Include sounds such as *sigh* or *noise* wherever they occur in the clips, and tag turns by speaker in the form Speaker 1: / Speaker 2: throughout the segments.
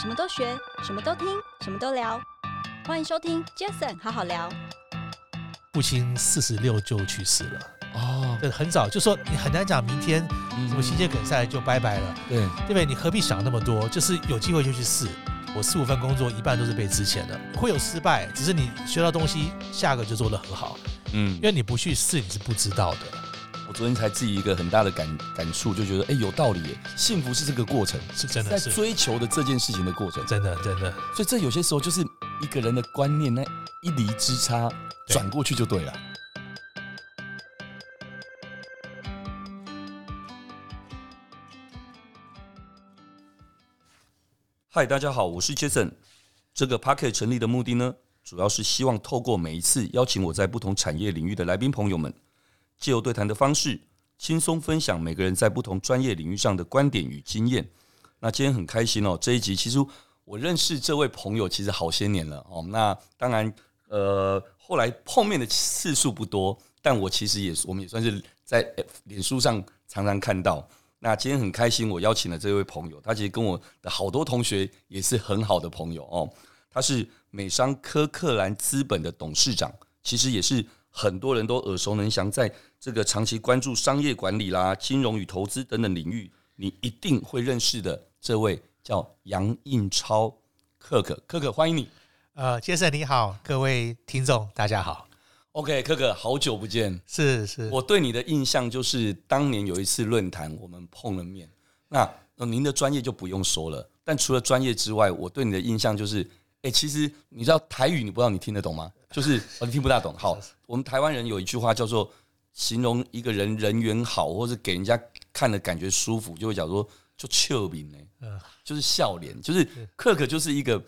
Speaker 1: 什么都学，什么都听，什么都聊。欢迎收听 Jason 好好聊。
Speaker 2: 父亲四十六就去世了，
Speaker 3: 哦，
Speaker 2: 这很早，就说你很难讲明天
Speaker 3: 嗯
Speaker 2: 什么心肌梗塞就拜拜了，
Speaker 3: 对，
Speaker 2: 对不对？你何必想那么多？就是有机会就去试。我四五份工作，一半都是被之前的，会有失败，只是你学到东西，下个就做得很好，
Speaker 3: 嗯
Speaker 2: 因，为你不去试，你是不知道的，
Speaker 3: 我昨天才自己一个很大的感感触，就觉得哎、有道理耶，幸福是这个过程，
Speaker 2: 是真的 *laughs*
Speaker 3: 在
Speaker 2: 是
Speaker 3: 追求的这件事情的过程，
Speaker 2: 真的真的。
Speaker 3: 所以这有些时候就是一个人的观念那一厘之差，
Speaker 2: 对
Speaker 3: 转过去就对了。嗨，大家好，我是 Jason。这个 Pocket 成立的目的呢，主要是希望透过每一次邀请我在不同产业领域的来宾朋友们，借由对谈的方式，轻松分享每个人在不同专业领域上的观点与经验。那今天很开心哦，这一集其实我认识这位朋友其实好些年了哦。那当然，呃，后来碰面的次数不多，但我其实也是我们也算是在呃脸书上常常看到。那今天很开心，我邀请了这位朋友，他其实跟我的好多同学也是很好的朋友哦。他是美商科克兰资本的董事长，其实也是很多人都耳熟能详，在这个长期关注商业管理啦、金融与投资等等领域，你一定会认识的。这位叫杨印超克克，克克欢迎你。
Speaker 2: 呃，杰森你好，各位听众大家好，
Speaker 3: OK，克克，好久不见。
Speaker 2: 是是，
Speaker 3: 我对你的印象就是当年有一次论坛，我们碰了面。那、呃您的专业就不用说了，但除了专业之外，我对你的印象就是，哎、其实你知道台语，你不知道你听得懂吗？就是、哦、你听不大懂。好，我们台湾人有一句话叫做形容一个人人缘好，或是给人家看的感觉舒服，就会讲说就俏饼呢，
Speaker 2: 嗯
Speaker 3: 就是笑脸，就是克克就是一个。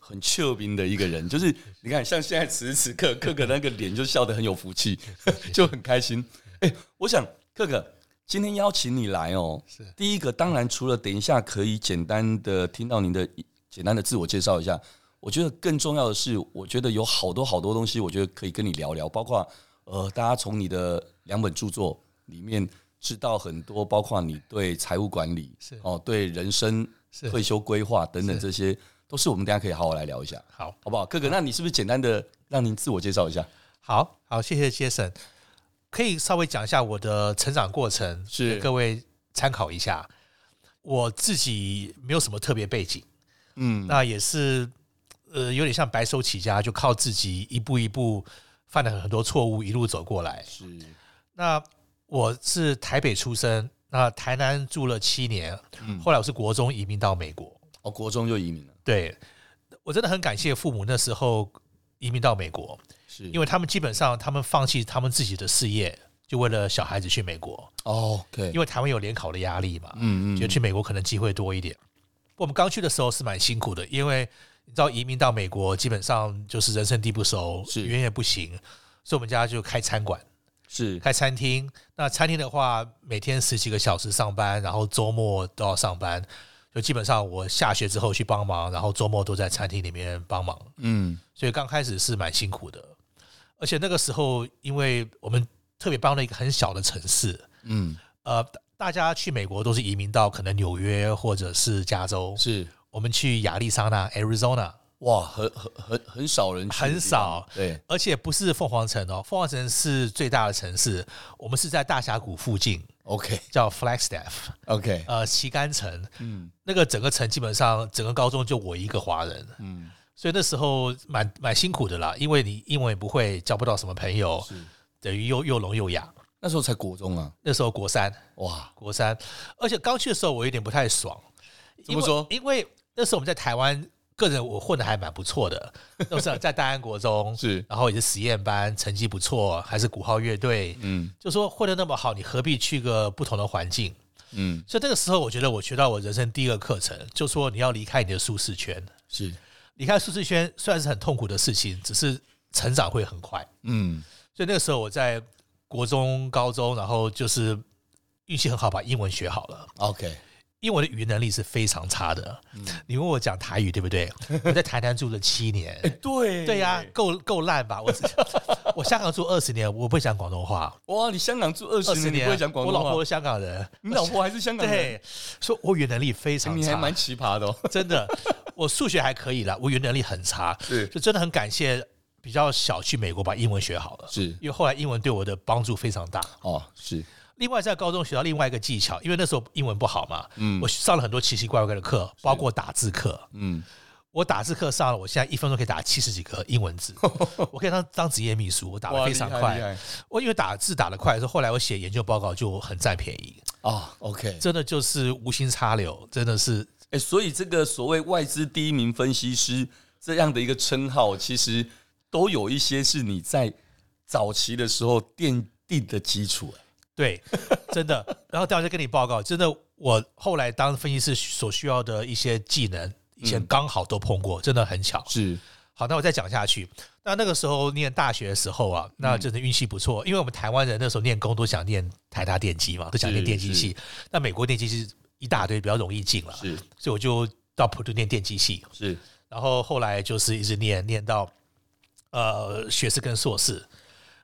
Speaker 3: 很俏皮的一个人，就是你看，像现在此时此刻，克克那个脸就笑得很有福气，
Speaker 2: *laughs*
Speaker 3: 就很开心。哎、我想克克今天邀请你来哦，
Speaker 2: 是
Speaker 3: 第一个，当然除了等一下可以简单的听到您的简单的自我介绍一下，我觉得更重要的是，我觉得有好多好多东西，我觉得可以跟你聊聊，包括呃，大家从你的两本著作里面知道很多，包括你对财务管理
Speaker 2: 是
Speaker 3: 哦，对人生
Speaker 2: 是
Speaker 3: 退休规划等等
Speaker 2: 是
Speaker 3: 这些，都是我们等一下可以好好来聊一下，
Speaker 2: 好。
Speaker 3: 好不好？克克，那你是不是简单的让您自我介绍一下？
Speaker 2: 好好，谢谢杰森。可以稍微讲一下我的成长过程，
Speaker 3: 是
Speaker 2: 给各位参考一下。我自己没有什么特别背景，
Speaker 3: 嗯，
Speaker 2: 那也是呃有点像白手起家，就靠自己一步一步犯了很多错误，一路走过来。
Speaker 3: 是
Speaker 2: 那我是台北出生，那台南住了七年，
Speaker 3: 嗯
Speaker 2: 后来我是国中移民到美国。
Speaker 3: 哦，国中就移民了，
Speaker 2: 对我真的很感谢父母那时候移民到美国，
Speaker 3: 是
Speaker 2: 因为他们基本上他们放弃他们自己的事业，就为了小孩子去美国，
Speaker 3: 哦，OK，
Speaker 2: 因为台湾有联考的压力嘛，
Speaker 3: 嗯
Speaker 2: 觉得去美国可能机会多一点。我们刚去的时候是蛮辛苦的，因为你知道移民到美国基本上就是人生地不熟，
Speaker 3: 是
Speaker 2: 语言也不行，所以我们家就开餐馆、
Speaker 3: 是
Speaker 2: 开餐厅。那餐厅的话，每天十几个小时上班，然后周末都要上班，就基本上我下学之后去帮忙，然后周末都在餐厅里面帮忙。
Speaker 3: 嗯
Speaker 2: 所以刚开始是蛮辛苦的。而且那个时候，因为我们特别帮了一个很小的城市，
Speaker 3: 嗯
Speaker 2: 呃，大家去美国都是移民到可能纽约或者是加州，
Speaker 3: 是
Speaker 2: 我们去亚利桑那 （Arizona），
Speaker 3: 哇，很很很很少人去的地方，
Speaker 2: 很少
Speaker 3: 对
Speaker 2: 而且不是凤凰城哦，凤凰城是最大的城市，我们是在大峡谷附近，
Speaker 3: ，OK
Speaker 2: 叫 Flagstaff，
Speaker 3: OK，
Speaker 2: 呃，旗杆城。
Speaker 3: 嗯
Speaker 2: 那个整个城基本上整个高中就我一个华人，
Speaker 3: 嗯
Speaker 2: 所以那时候蛮蛮辛苦的啦，因为你英文也不会，交不到什么朋友，
Speaker 3: 是，
Speaker 2: 等于又又聋又哑。
Speaker 3: 那时候才国中啊，
Speaker 2: 那时候国三，
Speaker 3: 哇，
Speaker 2: 国三，而且刚去的时候我有点不太爽。
Speaker 3: 怎么说
Speaker 2: 因为？因为那时候我们在台湾，个人我混的还蛮不错
Speaker 3: *laughs*
Speaker 2: 的，那时候在大安国中
Speaker 3: 是
Speaker 2: 然后也是实验班，成绩不错，还是鼓号乐队，
Speaker 3: 嗯
Speaker 2: 就说混的那么好，你何必去个不同的环境？
Speaker 3: 嗯
Speaker 2: 所以那个时候，我觉得我学到我人生第一个课程，就说你要离开你的舒适圈。
Speaker 3: 是，
Speaker 2: 离开舒适圈虽然是很痛苦的事情，只是成长会很快。
Speaker 3: 嗯
Speaker 2: 所以那个时候我在国中、高中，然后就是运气很好，把英文学好了。
Speaker 3: OK，
Speaker 2: 因为我的语言能力是非常差的。
Speaker 3: 嗯
Speaker 2: 你问我讲台语对不对？我在台南住了七年，
Speaker 3: *laughs* 对
Speaker 2: 对呀、够够烂吧？
Speaker 3: *laughs*
Speaker 2: 我我香港住二十年，我不会讲广东话。
Speaker 3: 哇，你香港住二
Speaker 2: 二
Speaker 3: 十
Speaker 2: 十
Speaker 3: 年，你
Speaker 2: 年，
Speaker 3: 不会讲广
Speaker 2: 我
Speaker 3: 东
Speaker 2: 老
Speaker 3: 话
Speaker 2: 婆，是香港人，
Speaker 3: 你老婆还是香港人，
Speaker 2: 对，所以我语言能力非常
Speaker 3: 你还
Speaker 2: 差，
Speaker 3: 蛮奇葩的哦，
Speaker 2: 真的。我数学还可以啦，我语言能力很差，
Speaker 3: 是
Speaker 2: 就真的很感谢比较小去美国把英文学好了，
Speaker 3: *laughs* 是
Speaker 2: 因为后来英文对我的帮助非常大。
Speaker 3: 哦是
Speaker 2: 另外，在高中学到另外一个技巧，因为那时候英文不好嘛，我上了很多奇奇怪怪的课，包括打字课。
Speaker 3: 嗯
Speaker 2: 我打字课上了，我现在一分钟可以打七十几个英文
Speaker 3: *laughs*
Speaker 2: 字，我可以当当职业秘书，我打的
Speaker 3: 哇
Speaker 2: 非常
Speaker 3: 厉害厉
Speaker 2: 快
Speaker 3: 害。
Speaker 2: 我因为打字打得快，所以后来我写研究报告就很占便宜，
Speaker 3: 哦 OK
Speaker 2: 真的就是无心插柳，真的是
Speaker 3: 哎、所以这个所谓外资第一名分析师这样的一个称号，其实都有一些是你在早期的时候奠定的基础、哎 *laughs*
Speaker 2: 对，真的。然后待会再跟你报告，真的，我后来当分析师所需要的一些技能，以
Speaker 3: 嗯
Speaker 2: 前刚好都碰过，真的很巧。
Speaker 3: 是
Speaker 2: 好，那我再讲下去。那那个时候念大学的时候啊，那
Speaker 3: 嗯
Speaker 2: 真的运气不错，因为我们台湾人那时候念工都想念台大电机嘛，都想念
Speaker 3: 是
Speaker 2: 电机系。那美国电机系一大堆，比较容易进了，
Speaker 3: 啊是
Speaker 2: 所以我就到普渡念电机系，
Speaker 3: 是
Speaker 2: 然后后来就是一直念念到呃学士跟硕士。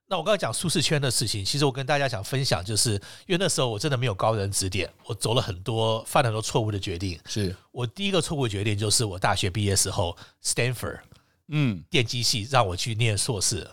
Speaker 2: 那我刚才讲舒适圈的事情，其实我跟大家想分享，就是因为那时候我真的没有高人指点，我走了很多犯了很多错误的决定。
Speaker 3: 是，
Speaker 2: 我第一个错误的决定就是我大学毕业时候，Stanford
Speaker 3: 嗯，
Speaker 2: 电机系让我去念硕士，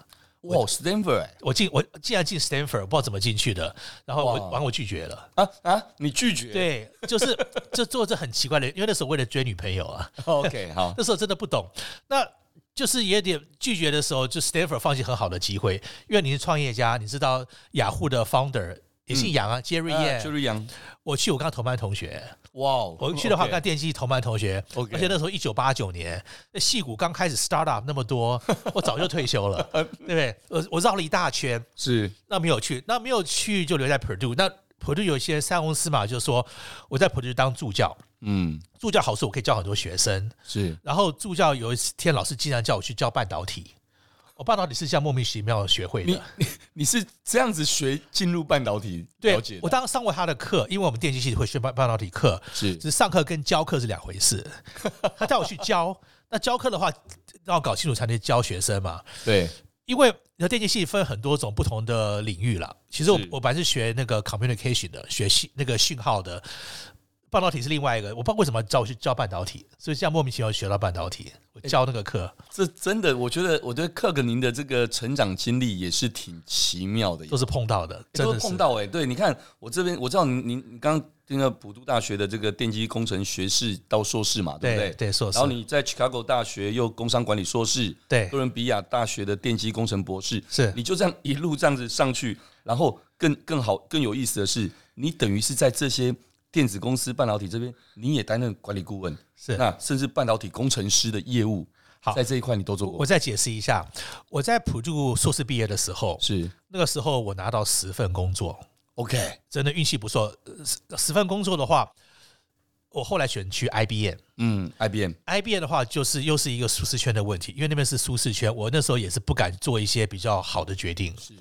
Speaker 3: 哇，Stanford 哎、
Speaker 2: 我进我既然进 Stanford，我不知道怎么进去的，然后我
Speaker 3: 哇
Speaker 2: 完我拒绝了。
Speaker 3: 啊啊，你拒绝
Speaker 2: 对，就是就做这很奇怪的，因为那时候为了追女朋友啊，
Speaker 3: *laughs*
Speaker 2: *laughs*
Speaker 3: ，OK 好，
Speaker 2: 那时候真的不懂，那就是也有点拒绝的时候，就 Stanford 放弃很好的机会，因为你是创业家，你知道雅虎的 founder 也姓杨啊、杰 j e r r y
Speaker 3: 啊
Speaker 2: Yang。
Speaker 3: 就是杨，
Speaker 2: 我去我跟他同班同学，
Speaker 3: 哇哦，
Speaker 2: 我去的话
Speaker 3: OK
Speaker 2: 跟他电机同班同学
Speaker 3: OK
Speaker 2: 而且那时候一九八九年，那戏股刚开始 start up 那么多，我早就退休
Speaker 3: *laughs*
Speaker 2: 了，对不对？我我绕了一大圈，
Speaker 3: 是
Speaker 2: 那没有去，那没有去就留在 Purdue。那 Purdue 有一些塞翁失马，就是说我在 Purdue 当助教，
Speaker 3: 嗯
Speaker 2: 助教好处我可以教很多学生，
Speaker 3: 是 *laughs*
Speaker 2: 然后助教有一天老师竟然叫我去教半导体，我半导体是这样莫名其妙学会
Speaker 3: 你
Speaker 2: 的。
Speaker 3: 你你是这样子学进入半导体
Speaker 2: 对
Speaker 3: 了解，的，
Speaker 2: 我当时上过他的课，因为我们电机系会学半半导体课，
Speaker 3: 是
Speaker 2: 只是上课跟教课是两回
Speaker 3: *laughs*
Speaker 2: 事。他叫我去教，那教课的话要搞清楚才能教学生嘛。
Speaker 3: 对
Speaker 2: 因为你的电机系分很多种不同的领域啦。其实我
Speaker 3: 是
Speaker 2: 我本来是学那个 communication 的，学信那个讯号的，半导体是另外一个。我不知道为什么叫我去教半导体，所以这样莫名其妙学到半导体，我教那个课。
Speaker 3: 这真的，我觉得，我觉得克格您的这个成长经历也是挺奇妙的，
Speaker 2: 都是碰到的，真
Speaker 3: 都
Speaker 2: 的
Speaker 3: 会
Speaker 2: 是
Speaker 3: 碰到哎、对，你看我这边，我知道您您您刚刚那个普渡大学的这个电机工程学士到硕士嘛，对不
Speaker 2: 对
Speaker 3: 对？
Speaker 2: 对，硕士
Speaker 3: 然后，你在 Chicago 大学又工商管理硕士，
Speaker 2: 对
Speaker 3: 哥伦比亚大学的电机工程博士，
Speaker 2: 是
Speaker 3: 你就这样一路这样子上去，然后更更好更有意思的是，你等于是在这些电子公司、半导体这边，你也担任管理顾问，
Speaker 2: 是
Speaker 3: 那甚至半导体工程师的业务，
Speaker 2: 好
Speaker 3: 在这一块你都做
Speaker 2: 我
Speaker 3: 过，
Speaker 2: 再解释一下，我在普渡硕士毕业的时候，
Speaker 3: 是
Speaker 2: 那个时候我拿到十份工作，
Speaker 3: OK，
Speaker 2: 真的运气不错。呃十十份工作的话，我后来选去 IBM。
Speaker 3: 嗯，IBM
Speaker 2: IBM 的话，就是又是一个舒适圈的问题，因为那边是舒适圈，我那时候也是不敢做一些比较好的决定。
Speaker 3: 是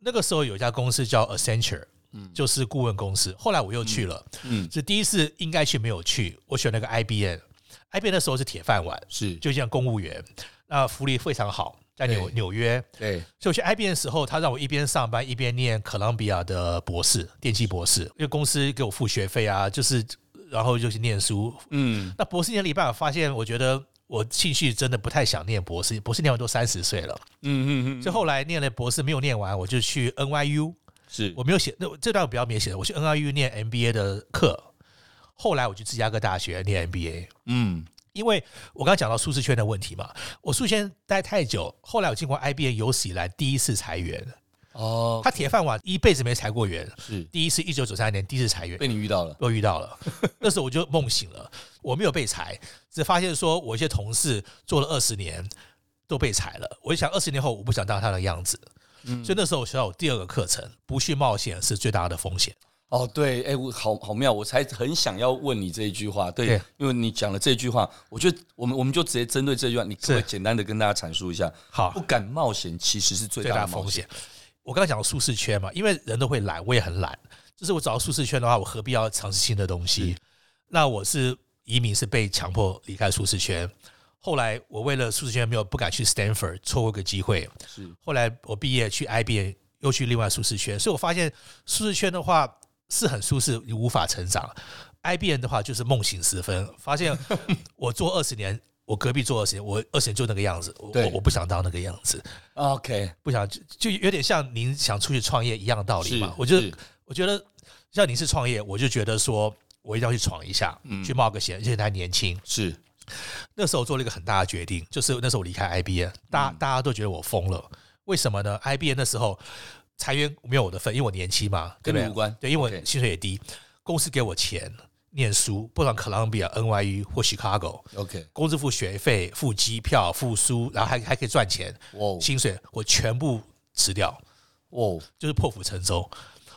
Speaker 2: 那个时候有一家公司叫 Accenture，就是顾问公司。后来我又去了，
Speaker 3: 嗯
Speaker 2: 是第一次应该去没有去，我选了个 IBM。IBM 那时候是铁饭碗，
Speaker 3: 是，
Speaker 2: 就像公务员，那福利非常好，在纽
Speaker 3: 对
Speaker 2: 纽约。
Speaker 3: 对，
Speaker 2: 所以我去 IBM 的时候，他让我一边上班一边念哥伦比亚的博士，电机博士，因为公司给我付学费啊，就是然后就去念书。
Speaker 3: 嗯，
Speaker 2: 那博士念了一半，我发现我觉得我兴趣真的不太想念博士，博士念完都三十岁了，
Speaker 3: 嗯嗯
Speaker 2: 所以后来念了博士没有念完，我就去 NYU，
Speaker 3: 是
Speaker 2: 我没有写，那我这段我比较没写，我去 NYU 念 MBA 的课，后来我去芝加哥大学念 MBA。
Speaker 3: 嗯
Speaker 2: 因为我刚刚讲到舒适圈的问题嘛，我舒适圈待太久，后来我经过 IBM 有史以来第一次裁员，
Speaker 3: 哦，
Speaker 2: 他铁饭碗一辈子没裁过员，
Speaker 3: 是
Speaker 2: 第一次一九九三年第一次裁员
Speaker 3: 被你遇到了，
Speaker 2: 又遇到了， *laughs* 那时候我就梦醒了，我没有被裁，只发现说我一些同事做了二十年都被裁了，我就想二十年后我不想当他的样子。所以那时候我学到我第二个课程，不去冒险是最大的风险。
Speaker 3: 哦，对，哎、我好好妙，我才很想要问你这一句话，对，
Speaker 2: 对
Speaker 3: 因为你讲了这句话，我觉得我们我们就直接针对这句话，你可不可以
Speaker 2: 是
Speaker 3: 简单的跟大家阐述一下？
Speaker 2: 好
Speaker 3: 不敢冒险其实是最
Speaker 2: 最
Speaker 3: 大
Speaker 2: 大
Speaker 3: 的
Speaker 2: 风
Speaker 3: 冒险
Speaker 2: 险。。我刚刚讲舒适圈嘛，因为人都会懒，我也很懒。就是我找到舒适圈的话，我何必要尝试新的东西？那我是移民，是被强迫离开舒适圈。后来我为了舒适圈没有不敢去 Stanford，错过一个机会。
Speaker 3: 是
Speaker 2: 后来我毕业去 IBM，又去另外舒适圈，所以我发现舒适圈的话是很舒适，你无法成长。 IBM 的话就是梦醒时分，发
Speaker 3: *laughs*
Speaker 2: 现我做二十年，我隔壁做二十年，我二十年就那个样子，我
Speaker 3: 对
Speaker 2: 我我不想当那个样子，
Speaker 3: OK，
Speaker 2: 不想就就有点像您想出去创业一样的道理
Speaker 3: 是
Speaker 2: 嘛。我就是我觉得像您是创业，我就觉得说我一定要去闯一下，
Speaker 3: 嗯
Speaker 2: 去冒个险，而且还年轻。
Speaker 3: 是
Speaker 2: 那时候做了一个很大的决定，就是那时候我离开 IBM，大
Speaker 3: 嗯
Speaker 2: 大家都觉得我疯了，为什么呢？IBM 那时候裁员没有我的份，因为我年轻嘛，对
Speaker 3: 跟
Speaker 2: 不
Speaker 3: 你
Speaker 2: 对
Speaker 3: 无关
Speaker 2: 对，因为
Speaker 3: OK
Speaker 2: 我薪水也低，公司给我钱念书，不管 Columbia、NYU 或 Chicago，
Speaker 3: OK，
Speaker 2: 公司付学费、付机票、付书，然后还还可以赚钱，
Speaker 3: 哇哦
Speaker 2: 薪水我全部辞掉，
Speaker 3: 哇哦，
Speaker 2: 就是破釜沉舟。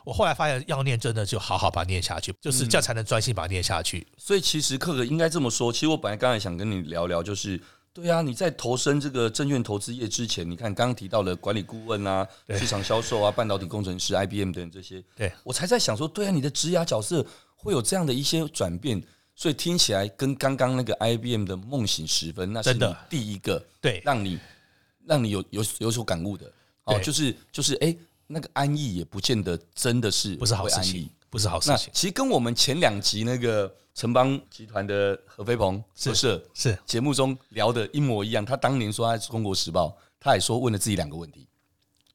Speaker 2: 我后来发现要念真的就好好把它念下去，就是
Speaker 3: 嗯
Speaker 2: 这样才能专心把它念下去。
Speaker 4: 所以其实克克应该这么说。其实我本来刚才想跟你聊聊，就是对啊，你在投身这个证券投资业之前，你看刚刚提到了管理顾问啊、
Speaker 2: 对
Speaker 4: 市场销售啊、半导体工程师、IBM 等这些，
Speaker 2: 对
Speaker 4: 我才在想说，对啊，你的职涯角色会有这样的一些转变。所以听起来跟刚刚那个 IBM 的梦醒时分，那是
Speaker 2: 真的
Speaker 4: 你第一个
Speaker 2: 对
Speaker 4: 让你让你有有有所感悟的哦，
Speaker 2: 对
Speaker 4: 就是就是哎、那个安逸也不见得真的是
Speaker 2: 不是好
Speaker 4: 会
Speaker 2: 事
Speaker 4: 安
Speaker 2: 情
Speaker 4: 逸，
Speaker 2: 不是好事
Speaker 4: 那
Speaker 2: 情，
Speaker 4: 其实跟我们前两集那个城邦集团的何飞鹏
Speaker 2: 是
Speaker 4: 合社
Speaker 2: 是
Speaker 4: 节目中聊的一模一样。他当年说他是《中国时报》，他也说问了自己两个问题，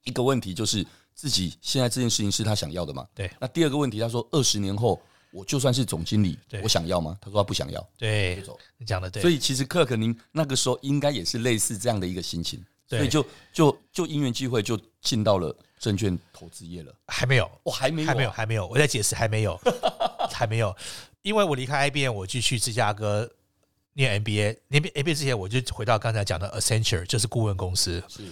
Speaker 4: 一个问题就是自己现在这件事情是他想要的吗？
Speaker 2: 对
Speaker 4: 那第二个问题，他说二十年后我就算是总经理
Speaker 2: 对，
Speaker 4: 我想要吗？他说他不想要。
Speaker 2: 对
Speaker 4: 走，
Speaker 2: 你讲的对。
Speaker 4: 所以其实克克您那个时候应该也是类似这样的一个心情，
Speaker 2: 对
Speaker 4: 所以就就就因缘际会就进到了证券投资业了。
Speaker 2: 还没有，
Speaker 4: 我、还没有啊
Speaker 2: 还没有，还没有，我在解释，
Speaker 4: *laughs*
Speaker 2: 还没有，还没有，因为我离开 IBM，我就去芝加哥念 MBA，念 MBA 之前，我就回到刚才讲的 Accenture，就是顾问公司。
Speaker 3: 是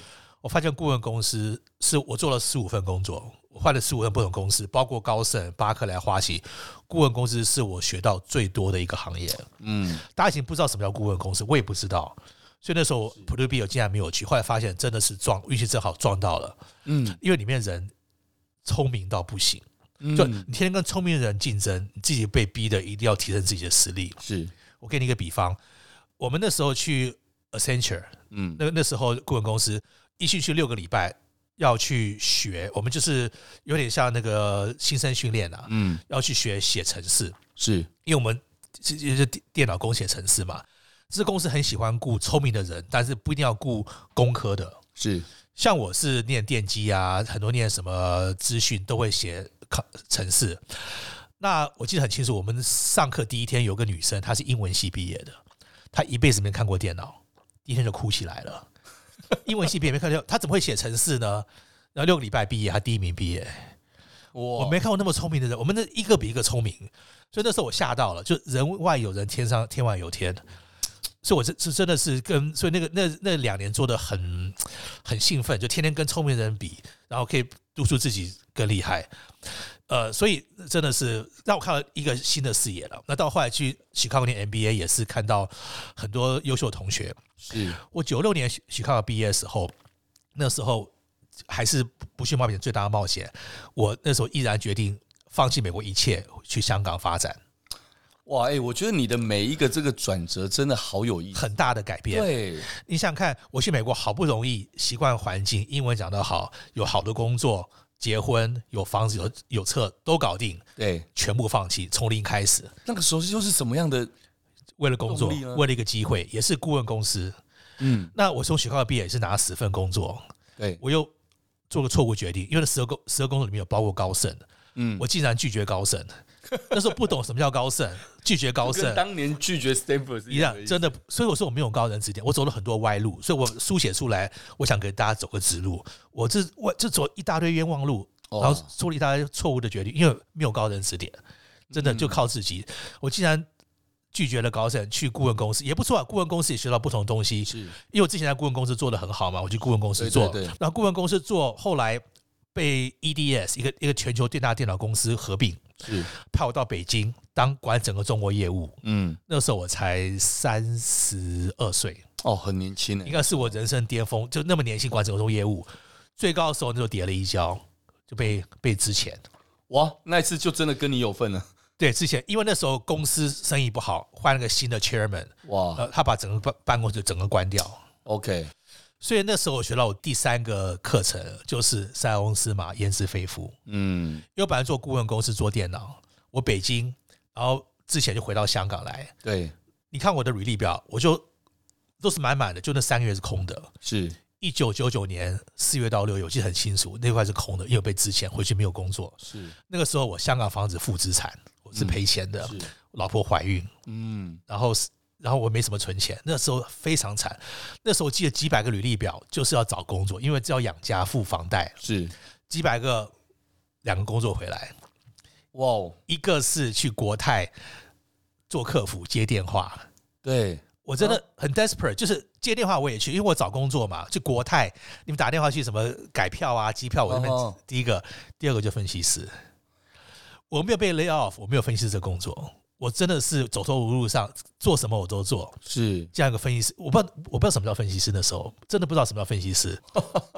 Speaker 2: 我发现顾问公司是我做了十五份工作，我换了十五份不同公司，包括高盛、巴克莱、花旗。顾问公司是我学到最多的一个行业。
Speaker 4: 嗯，
Speaker 2: 大家以前不知道什么叫顾问公司，我也不知道。所以那时候 p r u b i 竟然没有去，后来发现真的是撞运气正好撞到了，
Speaker 4: 嗯，
Speaker 2: 因为里面人聪明到不行，
Speaker 3: 嗯
Speaker 2: 就你天天跟聪明的人竞争，你自己被逼的一定要提升自己的实力。
Speaker 4: 是，
Speaker 2: 我给你一个比方，我们那时候去 Accenture，
Speaker 4: 嗯，
Speaker 2: 那那时候顾问公司一去去六个礼拜要去学，我们就是有点像那个新生训练啊，
Speaker 4: 嗯，
Speaker 2: 要去学写程式，
Speaker 4: 是，
Speaker 2: 因为我们其实就是电脑工写程式嘛。这公司很喜欢雇聪明的人，但是不一定要雇工科的。
Speaker 3: 是
Speaker 2: 像我是念电机啊，很多念什么资讯都会写考程式。那我记得很清楚，我们上课第一天有个女生，她是英文系毕业的，她一辈子没看过电脑，第一天就哭起来了。英文系毕业没看过，她怎么会写程式呢？然后六个礼拜毕业，她第一名毕业。
Speaker 3: 我
Speaker 2: 我没看过那么聪明的人，我们那一个比一个聪明，所以那时候我吓到了，就人外有人，天上天外有天。所以我这这真的是跟所以那个那那两年做的很很兴奋，就天天跟聪明人比，然后可以督促自己更厉害。呃，所以真的是让我看到一个新的视野了。那到后来去许康念 MBA 也是看到很多优秀的同学，
Speaker 3: 是
Speaker 2: 我九六年许许康毕业的时候，那时候还是不去冒险最大的冒险。我那时候毅然决定放弃美国一切，去香港发展，
Speaker 3: 哇哎、我觉得你的每一个这个转折真的好有意思，
Speaker 2: 很大的改变。
Speaker 3: 对，
Speaker 2: 你想想看，我去美国好不容易习惯环境，英文讲得好，有好的工作，结婚，有房子，有有车，都搞定，
Speaker 3: 对，
Speaker 2: 全部放弃，从零开始。
Speaker 3: *laughs* 那个时候就是什么样的？
Speaker 2: 为了工作
Speaker 4: 动力呢，
Speaker 2: 为了一个机会，也是顾问公司。
Speaker 3: 嗯，
Speaker 2: 那我从学校毕业也是拿十份工作，
Speaker 3: 对，
Speaker 2: 我又做个错误决定，因为那十二工十二工作里面有包括高盛，嗯，我竟然拒绝高盛，那时候不懂什么叫高盛，拒绝高
Speaker 4: 跟
Speaker 2: 盛。
Speaker 4: 当年拒绝 Stanford 是
Speaker 2: 一
Speaker 4: 一样
Speaker 2: 样
Speaker 4: 的意思。
Speaker 2: 真的，所以我说我没有高人指点，我走了很多歪路，所以我书写出来，我想给大家走个直路。我这我这走一大堆冤枉路，
Speaker 3: 哦
Speaker 2: 然后做了一大堆错误的决定，因为没有高人指点，真的就靠自己。我竟然拒绝了高盛，去顾问公司也不错啊，顾问公司也学到不同的东西。
Speaker 3: 是
Speaker 2: 因为我之前在顾问公司做的很好嘛，我去顾问公司做，
Speaker 3: 对对对
Speaker 2: 然后顾问公司做，后来被 EDS 一个一个全球最大电脑公司合并，
Speaker 3: 是，
Speaker 2: 派我到北京当管整个中国业务。
Speaker 3: 嗯，
Speaker 2: 那时候我才三十二岁，
Speaker 3: 哦，很年轻
Speaker 2: 应
Speaker 3: 哎，
Speaker 2: 该是我人生巅峰，就那么年轻管整个中国业务，最高的时候那时候跌了一跤，就被被之前。
Speaker 3: 哇，那一次就真的跟你有份了，
Speaker 2: 对，之前因为那时候公司生意不好，换了个新的 chairman，
Speaker 3: 哇
Speaker 2: 呃，他把整个办办公室整个关掉，
Speaker 3: ，OK，
Speaker 2: 所以那时候我学到我第三个课程就是塞翁失马焉知非福，
Speaker 3: 嗯，
Speaker 2: 因为我本来做顾问公司做电脑，我北京，然后之前就回到香港来。
Speaker 3: 对，
Speaker 2: 你看我的履历表，我就都是满满的，就那三个月是空的。
Speaker 3: 是
Speaker 2: 一九九九年四月到六月，我记得很清楚，那块是空的，因为我被支遣回去没有工作。
Speaker 3: 是
Speaker 2: 那个时候我香港房子负资产，我是赔钱的，
Speaker 3: 是，
Speaker 2: 老婆怀孕，
Speaker 3: 嗯，
Speaker 2: 然后然后我没什么存钱，那时候非常惨。那时候我记得几百个履历表，就是要找工作，因为要养家付房贷，
Speaker 3: 是
Speaker 2: 几百个两个工作回来，
Speaker 3: 哇哦，
Speaker 2: 一个是去国泰做客服接电话，
Speaker 3: 对，
Speaker 2: 我真
Speaker 3: 哦
Speaker 2: 的很 desperate，就是接电话我也去，因为我找工作嘛，就国泰，你们打电话去什么改票啊、机票，我这边
Speaker 3: 哦
Speaker 2: 第一个，第二个就分析师，我没有被 lay off，我没有分析师这工作，我真的是走投无路上做什么我都做。
Speaker 3: 是
Speaker 2: 这样一个分析师，我不知道我不知道什么叫分析师，那时候真的不知道什么叫分析
Speaker 3: *laughs*
Speaker 2: 师，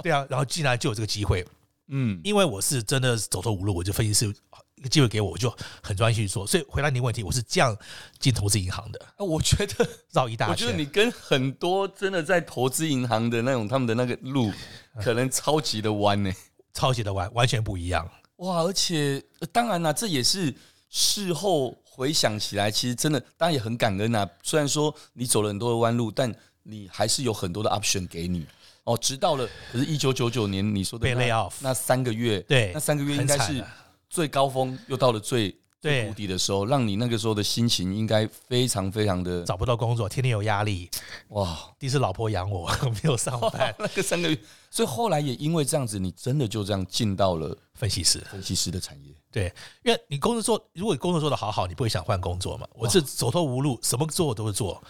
Speaker 2: 对啊，然后竟然就有这个机会，
Speaker 3: 嗯，
Speaker 2: 因为我是真的走投无路，我就分析师一个机会给我，我就很专心去做。所以回答你的问题，我是这样进投资银行的，
Speaker 3: 啊我觉得，
Speaker 2: 绕一大
Speaker 3: 我觉得
Speaker 2: 圈
Speaker 3: 你。跟很多真的在投资银行的那种他们的那个路， *laughs* 可能超级的弯呢。
Speaker 2: 超级的完完全不一样。
Speaker 3: 哇，而且呃当然啦、这也是事后回想起来，其实真的，当然也很感恩啊。虽然说你走了很多的弯路，但你还是有很多的 option 给你。哦，直到了，可是，一九九九年你说的
Speaker 2: 被
Speaker 3: 那
Speaker 2: lay off
Speaker 3: 那三个月，
Speaker 2: 对
Speaker 3: 那三个月应
Speaker 2: 很
Speaker 3: 该
Speaker 2: 惨
Speaker 3: 是
Speaker 2: 啊
Speaker 3: 最高峰，又到了最
Speaker 2: 对
Speaker 3: 最谷底的时候，让你那个时候的心情应该非常非常的
Speaker 2: 找不到工作，天天有压力。
Speaker 3: 哇，
Speaker 2: 第一是老婆养我， *laughs* 没有上班。
Speaker 3: *laughs* 那个三个月，所以后来也因为这样子，你真的就这样进到了
Speaker 2: 分析师，
Speaker 3: 分析师的产业，
Speaker 2: 对，因为你工作做，如果你工作做得好好，你不会想换工作嘛。我是走投无路，什么做我都会做，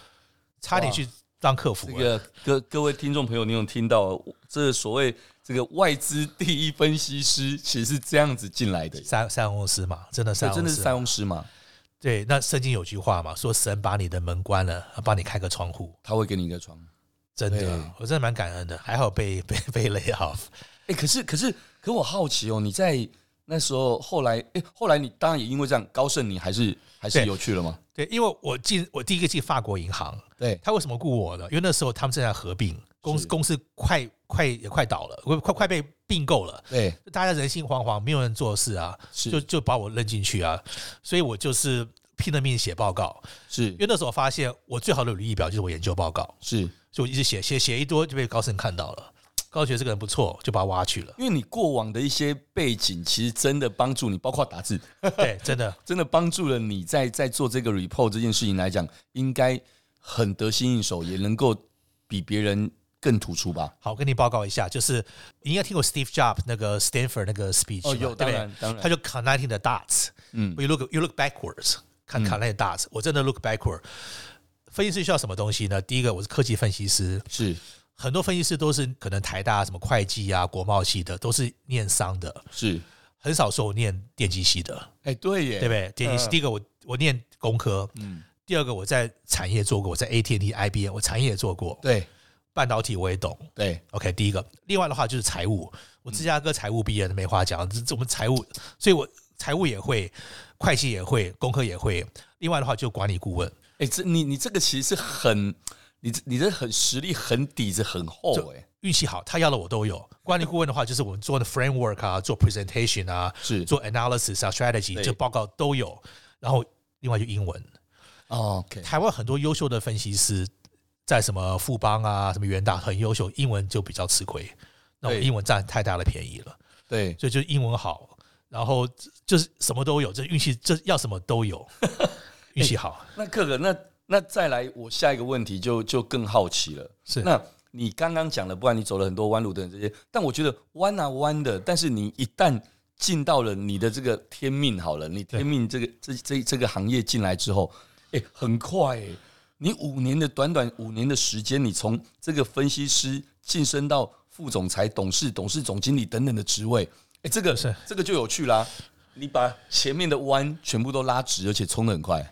Speaker 2: 差点去当客服啊
Speaker 3: 这
Speaker 2: 了。
Speaker 3: 个
Speaker 4: 各各位听众朋友，你有听到
Speaker 3: 这所谓这个外资第一分析师，其实是这样子进来的，
Speaker 2: 三三公司嘛，真的三公
Speaker 3: 这
Speaker 2: 司，
Speaker 3: 真的是啊塞翁失马，
Speaker 2: 对，那圣经有句话嘛，说神把你的门关了，帮你开个窗户。
Speaker 3: 他会给你一个窗。
Speaker 2: 真
Speaker 3: 对
Speaker 2: 的，我真的蛮感恩的，还好被 *laughs* 被被 lay off。
Speaker 3: 哎、可是可是可我好奇哦，你在那时候后来，哎、后来你当然也因为这样，高盛你还是还是
Speaker 2: 对
Speaker 3: 有去了吗？
Speaker 2: 对，因为我进我第一个进法国银行，
Speaker 3: 对，
Speaker 2: 他为什么雇我呢？因为那时候他们正在合并，公司公司快快也快倒了，快快快被并购了，
Speaker 3: 对，
Speaker 2: 大家人心惶惶，没有人做事啊，
Speaker 3: 是
Speaker 2: 就就把我扔进去啊，所以我就是拼了命写报告。
Speaker 3: 是
Speaker 2: 因为那时候我发现我最好的履历表就是我研究报告，
Speaker 3: 是，
Speaker 2: 所以我一直写写写一多就被高盛看到了，高盛觉得这个人不错，就把他挖去了。 *laughs*
Speaker 3: 因为你过往的一些背景，其实真的帮助你，包括打字，
Speaker 2: 对，真的
Speaker 3: 真的帮助了你在在做这个 report 这件事情来讲，应该很得心应手，也能够比别人更突出吧？
Speaker 2: 好，跟你报告一下，就是你应该听过 Steve Jobs 那个 Stanford 那个 speech，
Speaker 3: 哦
Speaker 2: 嘛
Speaker 3: 有
Speaker 2: 对不对
Speaker 3: 当然当然
Speaker 2: 他就 connecting the dots，
Speaker 3: 嗯
Speaker 2: 嗯，you look you look backwards，看 connect the dots，我真的 look backward。分析师需要什么东西呢？第一个，我是科技分析师，
Speaker 3: 是
Speaker 2: 很多分析师都是可能台大什么会计啊、国贸系的，都是念商的，
Speaker 3: 是，
Speaker 2: 很少说我念电机系的，
Speaker 3: 哎、对耶，
Speaker 2: 对不对？电机系第一个我我念工科，嗯，第二个我在产业做过，我在 AT&T、IBM，我产业也做过，
Speaker 3: 对
Speaker 2: 半导体我也懂，
Speaker 3: 对
Speaker 2: OK，第一个，另外的话就是财务，我芝加哥财务毕业的没话讲，这这我们财务，所以我财务也会，会计也会，工科也会。另外的话就管理顾问，
Speaker 3: 哎、这你你这个其实是很，你这你这很实力很底子很厚
Speaker 2: 就
Speaker 3: 哎、
Speaker 2: 运气好，他要的我都有。管理顾问的话就是我们做的 framework 啊，做 presentation 啊，
Speaker 3: 是
Speaker 2: 做 analysis 啊，strategy
Speaker 3: 对
Speaker 2: 这报告都有。然后另外就英文，
Speaker 3: 哦，OK，
Speaker 2: 台湾很多优秀的分析师在什么富邦啊、什么元大很优秀，英文就比较吃亏。那我
Speaker 3: 对
Speaker 2: 英文占太大的便宜了。
Speaker 3: 对，
Speaker 2: 所以就是英文好，然后就是什么都有，这运气这要什么都有，运气好。
Speaker 3: 那可可，那那再来，我下一个问题就就更好奇了。
Speaker 2: 是
Speaker 3: 那你刚刚讲了，不然你走了很多弯路等等这些，但我觉得弯啊弯的，但是你一旦进到了你的这个天命好了，你天命这个这这这个行业进来之后，哎、很快哎、你五年的短短五年的时间，你从这个分析师晋升到副总裁、董事、董事总经理等等的职位，哎、这个
Speaker 2: 是
Speaker 3: 这个就有趣啦。你把前面的弯全部都拉直，而且冲得很快。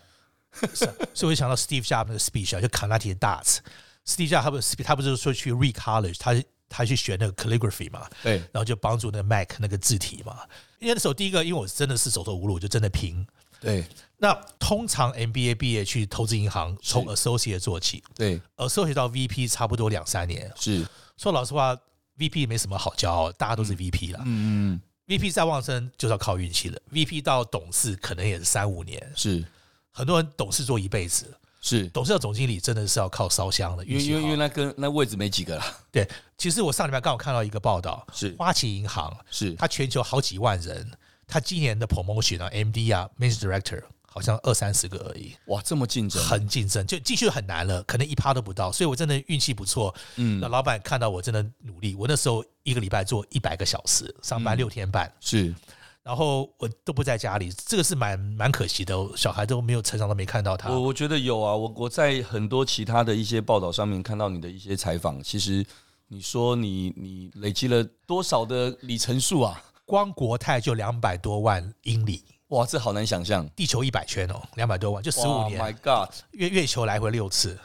Speaker 2: 所以我就想到 Steve Jobs 那个 speech 啊，就 Carnegie d o t Steve Jobs 他不是他不是说去 re college，他他去学那个 calligraphy 嘛，
Speaker 3: 对，
Speaker 2: 然后就帮助那个 Mac 那个字体嘛。因为那时候第一个，因为我真的是走投无路，我就真的拼。
Speaker 3: 对
Speaker 2: 那通常 MBA 毕业去投资银行，从 associate 做起
Speaker 3: 对，
Speaker 2: ，associate 到 VP 差不多两三年。
Speaker 3: 是，
Speaker 2: 说老实话，VP 没什么好骄傲，大家都是 VP 啦。
Speaker 3: 嗯嗯，
Speaker 2: VP 再旺升就是要靠运气的，VP 到董事可能也是三五年，
Speaker 3: 是
Speaker 2: 很多人董事做一辈子，
Speaker 3: 是
Speaker 2: 董事长、总经理真的是要靠烧香的
Speaker 3: 因
Speaker 2: 运
Speaker 3: 为
Speaker 2: 气
Speaker 3: 因为因为
Speaker 2: 好。
Speaker 3: 那跟那位置没几个了，
Speaker 2: 对，其实我上礼拜刚好看到一个报道，
Speaker 3: 是
Speaker 2: 花旗银行，
Speaker 3: 是
Speaker 2: 它全球好几万人，它今年的 promotion 啊，MD 啊，Managing Director 好像二三十个而已，
Speaker 3: 哇，这么竞争，
Speaker 2: 很竞争，就继续很难了，可能一趴都不到。所以我真的运气不错，
Speaker 3: 嗯
Speaker 2: 那老板看到我真的努力，我那时候一个礼拜做一百个小时，上
Speaker 3: 嗯
Speaker 2: 班六天半，
Speaker 3: 是
Speaker 2: 然后我都不在家里，这个是蛮蛮可惜的哦，小孩都没有成长都没看到他。
Speaker 3: 我
Speaker 4: 我觉得有啊，我我在很多其他的一些报道上面看到你的一些采访，其实你说你你累积了多少的里程数啊？
Speaker 2: 光国泰就两百多万英里，
Speaker 3: 哇，这好难想象，
Speaker 2: 地球一百圈哦，两百多万，就十五
Speaker 3: 哇
Speaker 2: 年。
Speaker 3: ，My God，
Speaker 2: 月月球来回六次。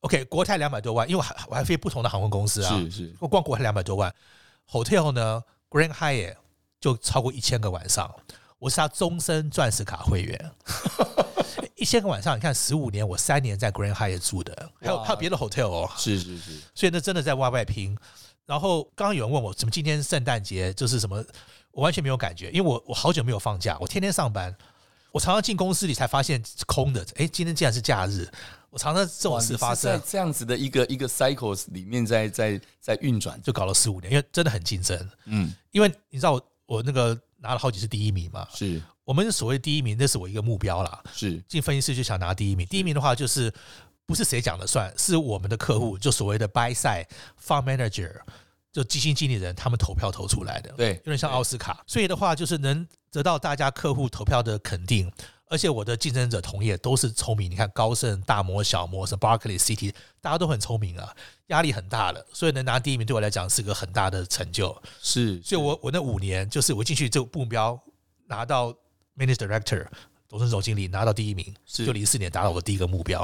Speaker 2: OK，国泰两百多万，因为我还我还飞不同的航空公司啊，
Speaker 3: 是是，
Speaker 2: 光国泰两百多万，Hotel 呢，Grand Hyatt 就超过一千个晚上，我是他终身钻石卡会
Speaker 3: *laughs*
Speaker 2: 员，一千个晚上，你看十五年，我三年在 Grand Hyatt 住的，还有
Speaker 3: 哇
Speaker 2: 还有别的 Hotel 哦，
Speaker 3: 是是是，
Speaker 2: 所以那真的在外外拼。然后刚刚有人问我，怎么今天圣诞节就是什么，我完全没有感觉，因为我我好久没有放假，我天天上班，我常常进公司里才发现是空的，诶，今天竟然是假日，我常常这种
Speaker 3: 哇你
Speaker 2: 事
Speaker 3: 是
Speaker 2: 发
Speaker 3: 在
Speaker 2: 生，
Speaker 3: 这样子的一个一个 cycles 里面在在在运转，
Speaker 2: 就搞了十五年，因为真的很竞争，
Speaker 3: 嗯，
Speaker 2: 因为你知道我我那个拿了好几次第一名嘛，
Speaker 3: 是
Speaker 2: 我们所谓第一名那是我一个目标啦，
Speaker 3: 是
Speaker 2: 进分析师就想拿第一名，第一名的话就是不是谁讲了算，是我们的客户，就所谓的 buy side fund manager，就基金经理人他们投票投出来的，
Speaker 3: 对
Speaker 2: 有点像奥斯卡。所以的话，就是能得到大家客户投票的肯定，而且我的竞争者同业都是聪明，你看高盛、大摩、小摩、什么 Barclay、City，大家都很聪明啊，压力很大的，所以能拿第一名对我来讲是个很大的成就。
Speaker 3: 是，
Speaker 2: 所以我我那五年就是我进去这个目标拿到 manage director 董事总经理拿到第一名，
Speaker 3: 是
Speaker 2: 就零四年达到我第一个目
Speaker 3: *laughs*
Speaker 2: 标，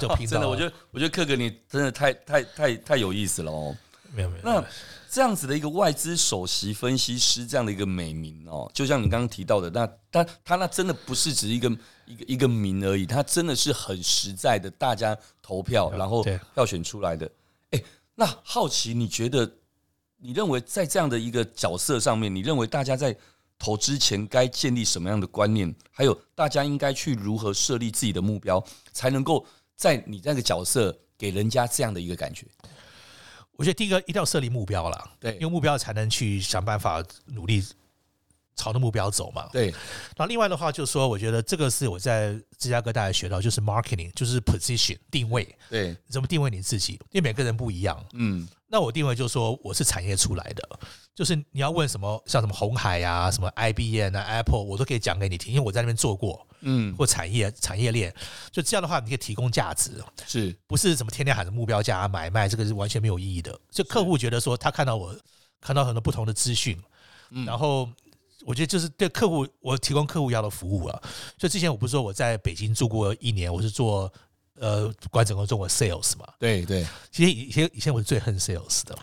Speaker 2: 就拼到
Speaker 3: 真的，我觉得我觉得克哥你真的太太太太有意思了哦。
Speaker 2: 没有没有
Speaker 3: 那这样子的一个外资首席分析师这样的一个美名哦，就像你刚刚提到的，那他他那真的不是只是一个一个一个名而已，他真的是很实在的，大家投票然后
Speaker 2: 对
Speaker 3: 票选出来的。哎、那好奇你觉得，你认为在这样的一个角色上面，你认为大家在投之前该建立什么样的观念？还有大家应该去如何设立自己的目标，才能够在你那个角色给人家这样的一个感觉？
Speaker 2: 我觉得第一个一定要设立目标啦，
Speaker 3: 对
Speaker 2: 因为目标才能去想办法努力朝着目标走嘛。
Speaker 3: 对，
Speaker 2: 然后另外的话就是说，我觉得这个是我在芝加哥大学学到，就是 marketing，就是 position 定位，
Speaker 3: 对，
Speaker 2: 怎么定位你自己，因为每个人不一样。
Speaker 3: 嗯，
Speaker 2: 那我定位就是说我是产业出来的，就是你要问什么像什么红海啊、什么 IBM 啊、Apple，我都可以讲给你听，因为我在那边做过，
Speaker 3: 嗯，
Speaker 2: 或产业产业链，就这样的话，你可以提供价值，
Speaker 3: 是
Speaker 2: 不是什么天天喊着目标价、买卖，这个是完全没有意义的。就客户觉得说他看到我看到很多不同的资讯，然后我觉得就是对客户我提供客户要的服务啊。所以之前我不是说我在北京住过一年，我是做呃管整个中国 sales 嘛，
Speaker 3: 对对
Speaker 2: 其实以前以前我是最恨 sales
Speaker 3: *laughs*
Speaker 2: 的，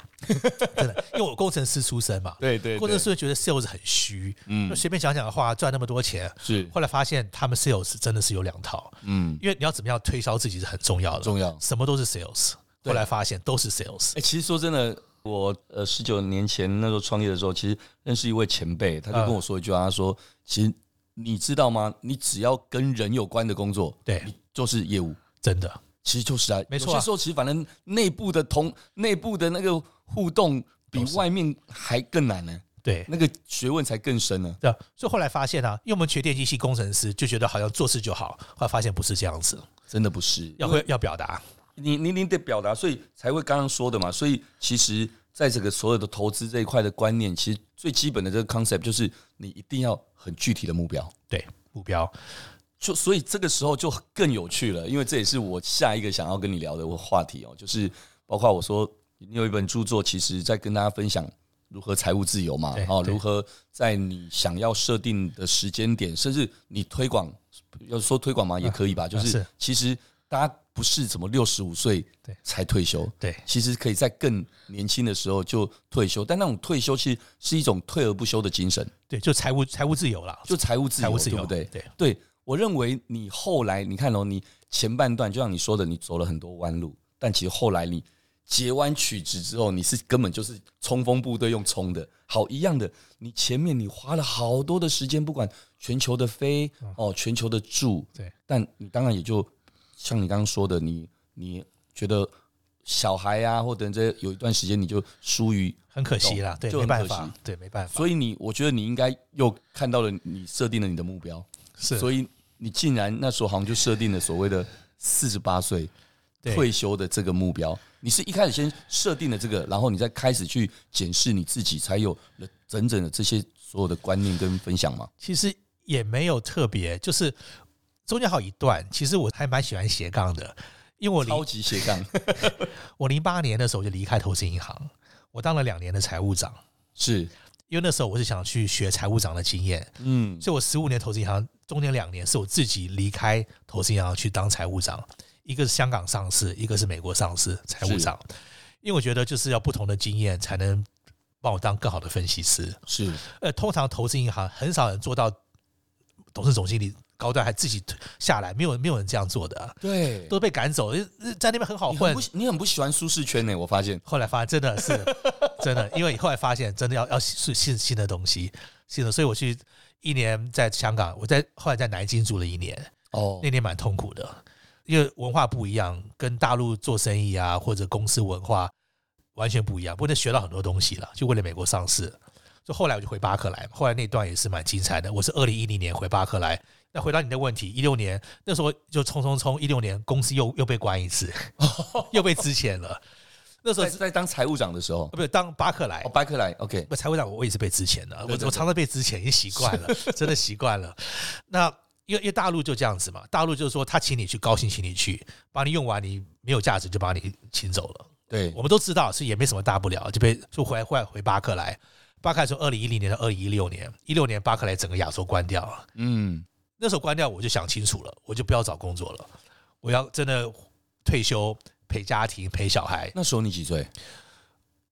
Speaker 2: 真的，因为我工程师出身嘛，
Speaker 3: 对对
Speaker 2: 工程师会觉得 sales 很虚，
Speaker 3: 嗯
Speaker 2: 就随便讲讲的话赚那么多钱。
Speaker 3: 是
Speaker 2: 后来发现他们 sales 真的是有两套，
Speaker 3: 嗯
Speaker 2: 因为你要怎么样推销自己是很重要的，
Speaker 3: 重要。
Speaker 2: 什么都是 sales。
Speaker 3: 对
Speaker 2: 后来发现都是 sales，
Speaker 3: 哎、其实说真的，我呃十九年前那时候创业的时候，其实认识一位前辈，他就跟我说一句话，他说：“其实你知道吗？你只要跟人有关的工作，
Speaker 2: 对
Speaker 3: 你就是业务，
Speaker 2: 真的
Speaker 3: 其实就是啊，
Speaker 2: 没错啊
Speaker 3: 有些时候其实反正内部的同内部的那个互动比外面还更难呢、
Speaker 2: 对。
Speaker 3: 那个学问才更深呢、
Speaker 2: 对，啊所以后来发现啊，因为我们学电机系工程师，就觉得好像做事就好，后来发现不是这样子，
Speaker 3: 真的不是
Speaker 2: 要会要表达，
Speaker 3: 你你你得表达，所以才会刚刚说的嘛。所以其实在这个所有的投资这一块的观念，其实最基本的这个 concept 就是你一定要很具体的目标。
Speaker 2: 对目标。
Speaker 3: 就所以这个时候就更有趣了，因为这也是我下一个想要跟你聊的话题哦，就是包括我说你有一本著作，其实在跟大家分享如何财务自由嘛
Speaker 2: 对，
Speaker 3: 哦，
Speaker 2: 对
Speaker 3: 如何在你想要设定的时间点，甚至你推广，要说推广嘛也可以吧，就
Speaker 2: 啊
Speaker 3: 是
Speaker 2: 是
Speaker 3: 其实大家不是怎么六十五岁
Speaker 2: 对
Speaker 3: 才退休，
Speaker 2: 对
Speaker 3: 其实可以在更年轻的时候就退休，但那种退休其实是一种退而不休的精神，
Speaker 2: 对，就财务财务自由啦，
Speaker 3: 就财务自由，
Speaker 2: 哦财务自由
Speaker 3: 对不对？
Speaker 2: 对
Speaker 3: 对我认为你后来你看哦，你前半段就像你说的，你走了很多弯路，但其实后来你截弯取直之后，你是根本就是冲锋部队用冲的，好一样的。你前面你花了好多的时间，不管全球的飞哦，全球的住，
Speaker 2: 对，
Speaker 3: 但你当然也就像你刚刚说的，你你觉得小孩啊，或者这有一段时间你就疏于，
Speaker 2: 很可惜啦，对，
Speaker 3: 就
Speaker 2: 没
Speaker 3: 很
Speaker 2: 办
Speaker 3: 可
Speaker 2: 法
Speaker 3: 惜，
Speaker 2: 对，没办法，
Speaker 3: 所以你我觉得你应该又看到了你设定了你的目标，
Speaker 2: 是，
Speaker 3: 所以你竟然那时候好像就设定了所谓的四十八岁
Speaker 2: 对
Speaker 3: 退休的这个目标。你是一开始先设定了这个，然后你再开始去检视你自己，才有了整整的这些所有的观念跟分享嘛？
Speaker 2: 其实也没有特别，就是中间还有一段，其实我还蛮喜欢斜杠的，因为我
Speaker 3: 超
Speaker 2: 零
Speaker 3: 级斜 *laughs* 杠
Speaker 2: 我零八年的时候就离开投资银行，我当了两年的财务长，
Speaker 3: 是，
Speaker 2: 因为那时候我是想去学财务长的经验，
Speaker 3: 嗯，
Speaker 2: 所以我十五年投资银行，中间两年是我自己离开投资银行去当财务长，一个是香港上市，一个是美国上市财务长，因为我觉得就是要不同的经验才能帮我当更好的分析师。
Speaker 3: 是
Speaker 2: 呃，通常投资银行很少人做到董事总经理高端还自己下来，没有没有人这样做的啊，
Speaker 3: 对。
Speaker 2: 都被赶走，呃呃在那边很好
Speaker 3: 你很
Speaker 2: 混
Speaker 3: 不。喜，你很不喜欢舒适圈呢、我发现
Speaker 2: 后来发现真的是 *laughs* 真的，因为后来发现真的要要是新新的东西，新的，所以我去一年在香港，我在后来在南京住了一年，
Speaker 3: 哦
Speaker 2: 那，年蛮痛苦的，因为文化不一样，跟大陆做生意啊或者公司文化完全不一样。不过那学到很多东西了，就为了美国上市。就后来我就回巴克莱嘛，后来那段也是蛮精彩的。我是二零一零年回巴克莱。那回答你的问题，一六年那时候就冲冲冲，一六年公司又又被关一次， *laughs* 又被支遣了。那时候
Speaker 3: 在
Speaker 2: 是啊
Speaker 3: 在当财务长的时候，
Speaker 2: 不是当巴克莱
Speaker 3: 哦，，白克莱，OK，
Speaker 2: 不财务长，我也是被之前的，我
Speaker 3: 对对对
Speaker 2: 我常常被之前，已经习惯
Speaker 3: *laughs*
Speaker 2: 了，真的习惯了。那因为因为大陆就这样子嘛，大陆就是说他请你去，高兴请你去，把你用完，你没有价值就把你请走了。
Speaker 3: 对
Speaker 2: 我们都知道，是也没什么大不了，就被就回来回来回巴克莱，巴克莱从二零一零年到二零一六年，一六年巴克莱整个亚洲关掉了，
Speaker 3: 嗯，
Speaker 2: 那时候关掉我就想清楚了，我就不要找工作了，我要真的退休陪家庭陪小孩。
Speaker 3: 那时候你几岁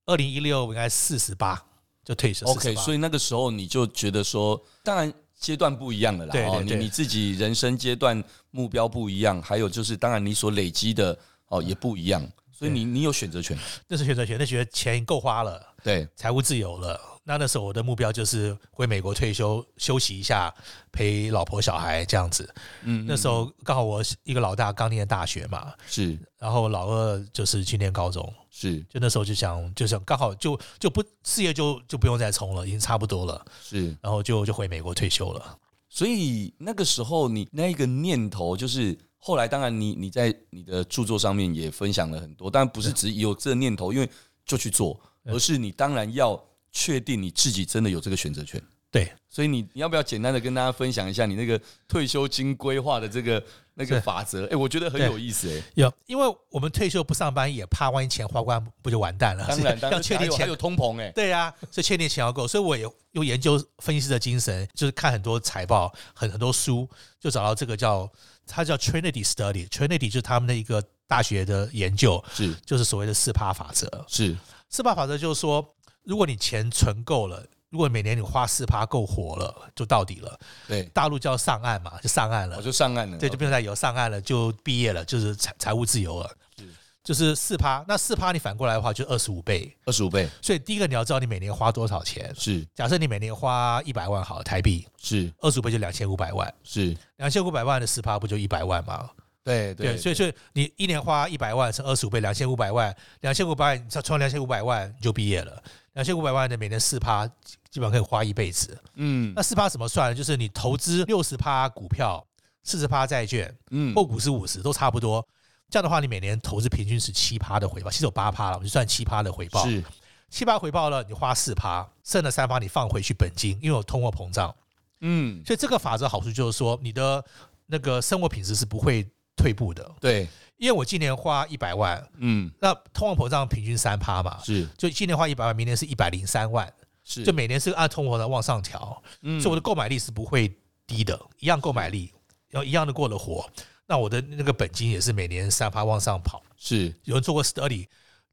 Speaker 2: 二零一六应该四十八就退休
Speaker 3: ？OK，
Speaker 2: 48
Speaker 3: 所以那个时候你就觉得说，当然阶段不一样了啦，
Speaker 2: 对对
Speaker 3: 哦，你
Speaker 2: 对
Speaker 3: 你自己人生阶段目标不一样，还有就是当然你所累积的哦也不一样，所以你
Speaker 2: 嗯
Speaker 3: 你有选择权，
Speaker 2: 那是选择权，那觉得钱够花了，
Speaker 3: 对，
Speaker 2: 财务自由了。那那时候我的目标就是回美国退休，休息一下，陪老婆小孩这样子。
Speaker 3: 嗯
Speaker 2: 那时候刚好我一个老大刚念大学嘛，
Speaker 3: 是
Speaker 2: 然后老二就是去念高中，
Speaker 3: 是
Speaker 2: 就那时候就想，就想刚好就就不事业就就不用再冲了，已经差不多了，
Speaker 3: 是，
Speaker 2: 然后就就回美国退休了。
Speaker 3: 所以那个时候你那个念头就是。后来，当然你你在你的著作上面也分享了很多，当然不是只有这个念头，因为就去做，而是你当然要确定你自己真的有这个选择权。
Speaker 2: 对，
Speaker 3: 所以你你要不要简单的跟大家分享一下你那个退休金规划的
Speaker 2: *laughs*
Speaker 3: 这个那个
Speaker 2: 是
Speaker 3: 法则？哎、我觉得很
Speaker 2: 对
Speaker 3: 有意思哎、
Speaker 2: 有，因为我们退休不上班，也怕万一钱花光不就完蛋了？*laughs*
Speaker 3: 当然，当然
Speaker 2: 要确
Speaker 3: 还
Speaker 2: 定
Speaker 3: 有
Speaker 2: 钱
Speaker 3: 还有通膨哎、
Speaker 2: 对呀、所以确定钱要够，所以我也用研究分析师的精神，就是看很多财报、很很多书，就找到这个叫它叫 Trinity Study，Trinity 就是他们的一个大学的研究，
Speaker 3: 是
Speaker 2: 就是所谓的四趴法则。
Speaker 3: 是
Speaker 2: 四趴法则就是说，如果你钱存够了，如果每年你花四趴够活了，就到底了。
Speaker 3: 对，
Speaker 2: 大陆叫上岸嘛，就上岸了
Speaker 3: 哦我，就上岸了，
Speaker 2: 对，就变成在有上岸了，就毕业了，就是财财务自由了，就是四趴。那四趴你反过来的话，就二十五倍。
Speaker 3: 二十五倍，
Speaker 2: 所以第一个你要知道你每年花多少钱，
Speaker 3: 是
Speaker 2: 假设你每年花一百万好了台币，
Speaker 3: 是
Speaker 2: 二十五倍就两千五百万，
Speaker 3: 是，
Speaker 2: 两千五百万的十趴不就一百万吗？
Speaker 3: 对对，
Speaker 2: 所以所以你一年花一百万乘二十五倍，两千五百万，两千五百万，你只要存两千五百万你就毕业了，两千五百万的每年四趴，基本上可以花一辈子。
Speaker 3: 嗯
Speaker 2: 那四趴怎么算呢？就是你投资六十趴股票，四十趴债券，
Speaker 3: 嗯
Speaker 2: 或股是五十都差不多。这样的话，你每年投资平均是七趴的回报，其实有八趴了，我们就算七趴的回报。
Speaker 3: 是
Speaker 2: 七趴回报了，你花四趴，剩了三趴你放回去本金，因为有通货膨胀，
Speaker 3: 嗯
Speaker 2: 所以这个法则好处就是说，你的那个生活品质是不会退步的。
Speaker 3: 对
Speaker 2: 因为我今年花一百万，
Speaker 3: 嗯
Speaker 2: 那通货膨胀平均三趴嘛，
Speaker 3: 是
Speaker 2: 就今年花一百万，明年是一百零三万，
Speaker 3: 是
Speaker 2: 就每年是按通货膨胀往上调，
Speaker 3: 嗯
Speaker 2: 所以我的购买力是不会低的，一样购买力，然后一样的过了活，那我的那个本金也是每年三趴往上跑。
Speaker 3: 是
Speaker 2: 有人做过 study，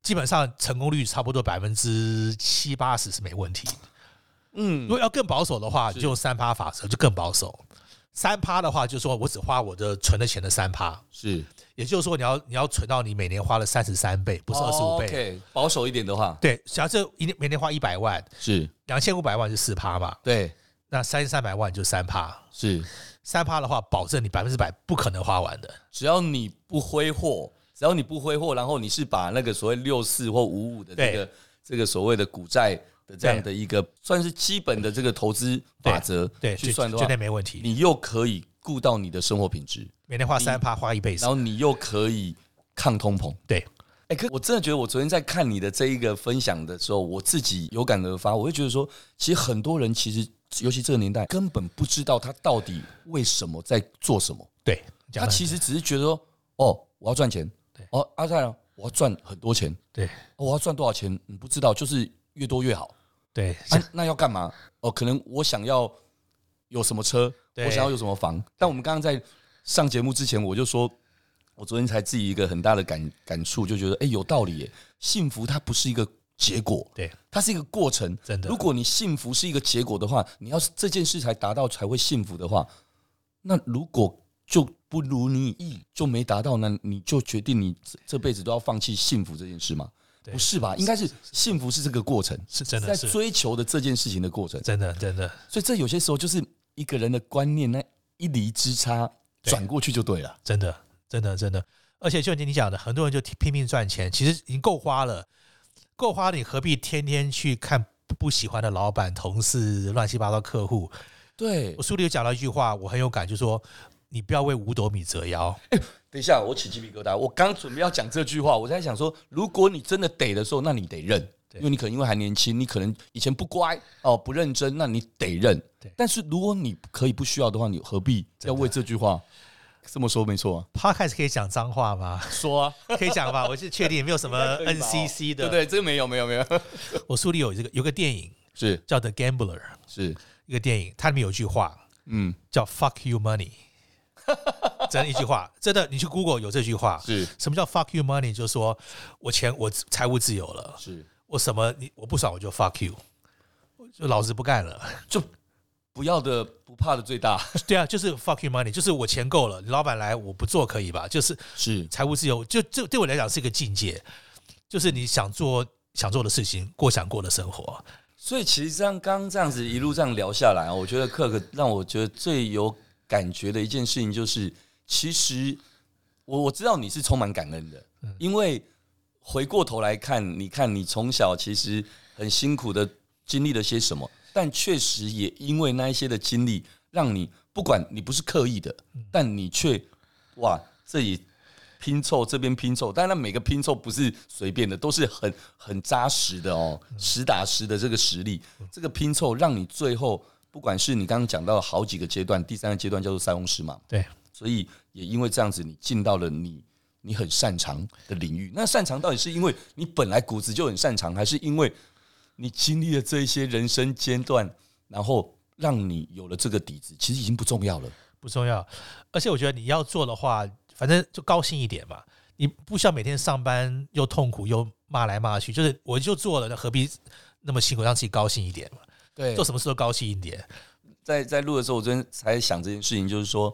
Speaker 2: 基本上成功率差不多百分之七八十是没问题。
Speaker 3: 嗯
Speaker 2: 如果要更保守的话，你就用三趴法则就更保守。三趴的话，就是说我只花我的存的钱的三趴，
Speaker 3: 是
Speaker 2: 也就是说你要你要存到你每年花了三十三倍，不
Speaker 3: 不
Speaker 2: 是二十五倍。
Speaker 3: 哦？OK，保守一点的话，
Speaker 2: 对，假设一年每年花一百万，
Speaker 3: 是
Speaker 2: 两千五百万就四趴嘛，
Speaker 3: 对，
Speaker 2: 那三三百万就三趴，
Speaker 3: 是
Speaker 2: 三趴的话，保证你百分之百不可能花完的。
Speaker 3: 只要你不挥霍，只要你不挥霍，然后你是把那个所谓六四或五五的这个这个所谓的股债的这样的一个算是基本的这个投资法则
Speaker 2: 对，
Speaker 3: 去
Speaker 2: 绝
Speaker 3: 算的
Speaker 2: 绝
Speaker 3: 话
Speaker 2: 对，没问题。
Speaker 3: 你又可以顾到你的生活品质，
Speaker 2: 每年花三趴，花一辈子
Speaker 3: 然。后你又可以抗通膨。
Speaker 2: 对，
Speaker 3: 哎、可我真的觉得，我昨天在看你的这一个分享的时候，我自己有感而发，我就觉得说，其实很多人其实，尤其这个年代，根本不知道他到底为什么在做什么。
Speaker 2: 对，讲
Speaker 3: 他
Speaker 2: 得
Speaker 3: 其
Speaker 2: 很
Speaker 3: 实只是觉得说，哦，我要赚钱
Speaker 2: 对，
Speaker 3: 哦，阿泰啊，我要赚很多钱，
Speaker 2: 对
Speaker 3: 哦我要赚多少钱？你不知道，就是越多越好。
Speaker 2: 对
Speaker 3: 啊 *laughs* 那要干嘛？哦，可能我想要有什么车，
Speaker 2: 对
Speaker 3: 我想要有什么房。但我们刚刚在上节目之前，我就说，我昨天才自己一个很大的感感触，就觉得，哎、有道理耶。幸福它不是一个结果，
Speaker 2: 对，
Speaker 3: 它是一个过程。
Speaker 2: 真的
Speaker 3: 如果你幸福是一个结果的话，你要是这件事才达到才会幸福的话，那如果就不如你意，就没达到，那你就决定你这这辈子都要放弃幸福这件事吗？
Speaker 2: 对
Speaker 3: 不是吧？应该是幸福是这个过程，
Speaker 2: 是真的
Speaker 3: 在
Speaker 2: 是
Speaker 3: 追求的这件事情的过程。
Speaker 2: 真的真的
Speaker 3: 所以这有些时候就是一个人的观念那一厘之差，
Speaker 2: 对
Speaker 3: 转过去就对了。
Speaker 2: 真的真的真的，而且就你讲的，很多人就拼命赚钱，其实已经够花了，够花了，你何必天天去看不喜欢的老板、同事、乱七八糟客户？
Speaker 3: 对
Speaker 2: 我，书里有讲到一句话，我很有感，就说你不要为五斗米折腰。
Speaker 3: 等一下，我起鸡皮疙瘩。我刚准备要讲这句话，我在想说，如果你真的得的时候，那你得认，
Speaker 2: 对
Speaker 3: 因为你可能因为还年轻，你可能以前不乖哦，不认真，那你得认
Speaker 2: 对。
Speaker 3: 但是如果你可以不需要的话，你何必要为这句话？这么说没错、啊，
Speaker 2: 他开始可以讲脏话吗？
Speaker 3: 说啊，
Speaker 2: *laughs* 可以讲吧，我是确定没有什么
Speaker 3: *laughs* 应该可以吧
Speaker 2: NCC
Speaker 3: 对
Speaker 2: 的。
Speaker 3: 不对？这个没有没有没有，
Speaker 2: 我书里有这个有个电影
Speaker 3: 是
Speaker 2: 叫《The Gambler》，
Speaker 3: 是，
Speaker 2: 一个电影，它里面有一句话
Speaker 3: 嗯，
Speaker 2: 叫 “fuck you
Speaker 3: *laughs*
Speaker 2: money”，真的一句话，真的，你去 Google 有这句话。
Speaker 3: 是
Speaker 2: 什么叫 “fuck you money”？就是说我钱我财务自由了，
Speaker 3: 是，
Speaker 2: 我什么你我不爽我就 fuck you，就老子不干了。 *laughs*
Speaker 3: 就不要的不怕的最大，
Speaker 2: 对啊，就是 fuck you money，就是我钱够了，你老板来我不做可以吧？就是
Speaker 3: 是
Speaker 2: 财务自由，就这对我来讲是一个境界，就是你想做想做的事情，过想过的生活。
Speaker 3: 所以其实这样刚刚这样子一路这样聊下来啊，我觉得克克让我觉得最有感觉的一件事情就是，其实我我知道你是充满感恩的，因为回过头来看，你看你从小其实很辛苦的经历了些什么，但确实也因为那一些的经历，让你不管你不是刻意的，但你却哇这里。拼凑这边拼凑，当然每个拼凑不是随便的，都是很很扎实的哦，实打实的这个实力，这个拼凑让你最后，不管是你刚刚讲到好几个阶段，第三个阶段叫做塞翁失马，
Speaker 2: 对，
Speaker 3: 所以也因为这样子，你进到了你你很擅长的领域。那擅长到底是因为你本来骨子就很擅长，还是因为你经历了这一些人生阶段，然后让你有了这个底子？其实已经不重要了。
Speaker 2: 不重要。而且我觉得你要做的话，反正就高兴一点嘛。你不需要每天上班又痛苦又骂来骂去，就是我就做了，那何必那么辛苦，让自己高兴一点嘛？
Speaker 3: 对
Speaker 2: 做什么事都高兴一点。
Speaker 3: 在在录的时候，我昨天才想这件事情，就是说，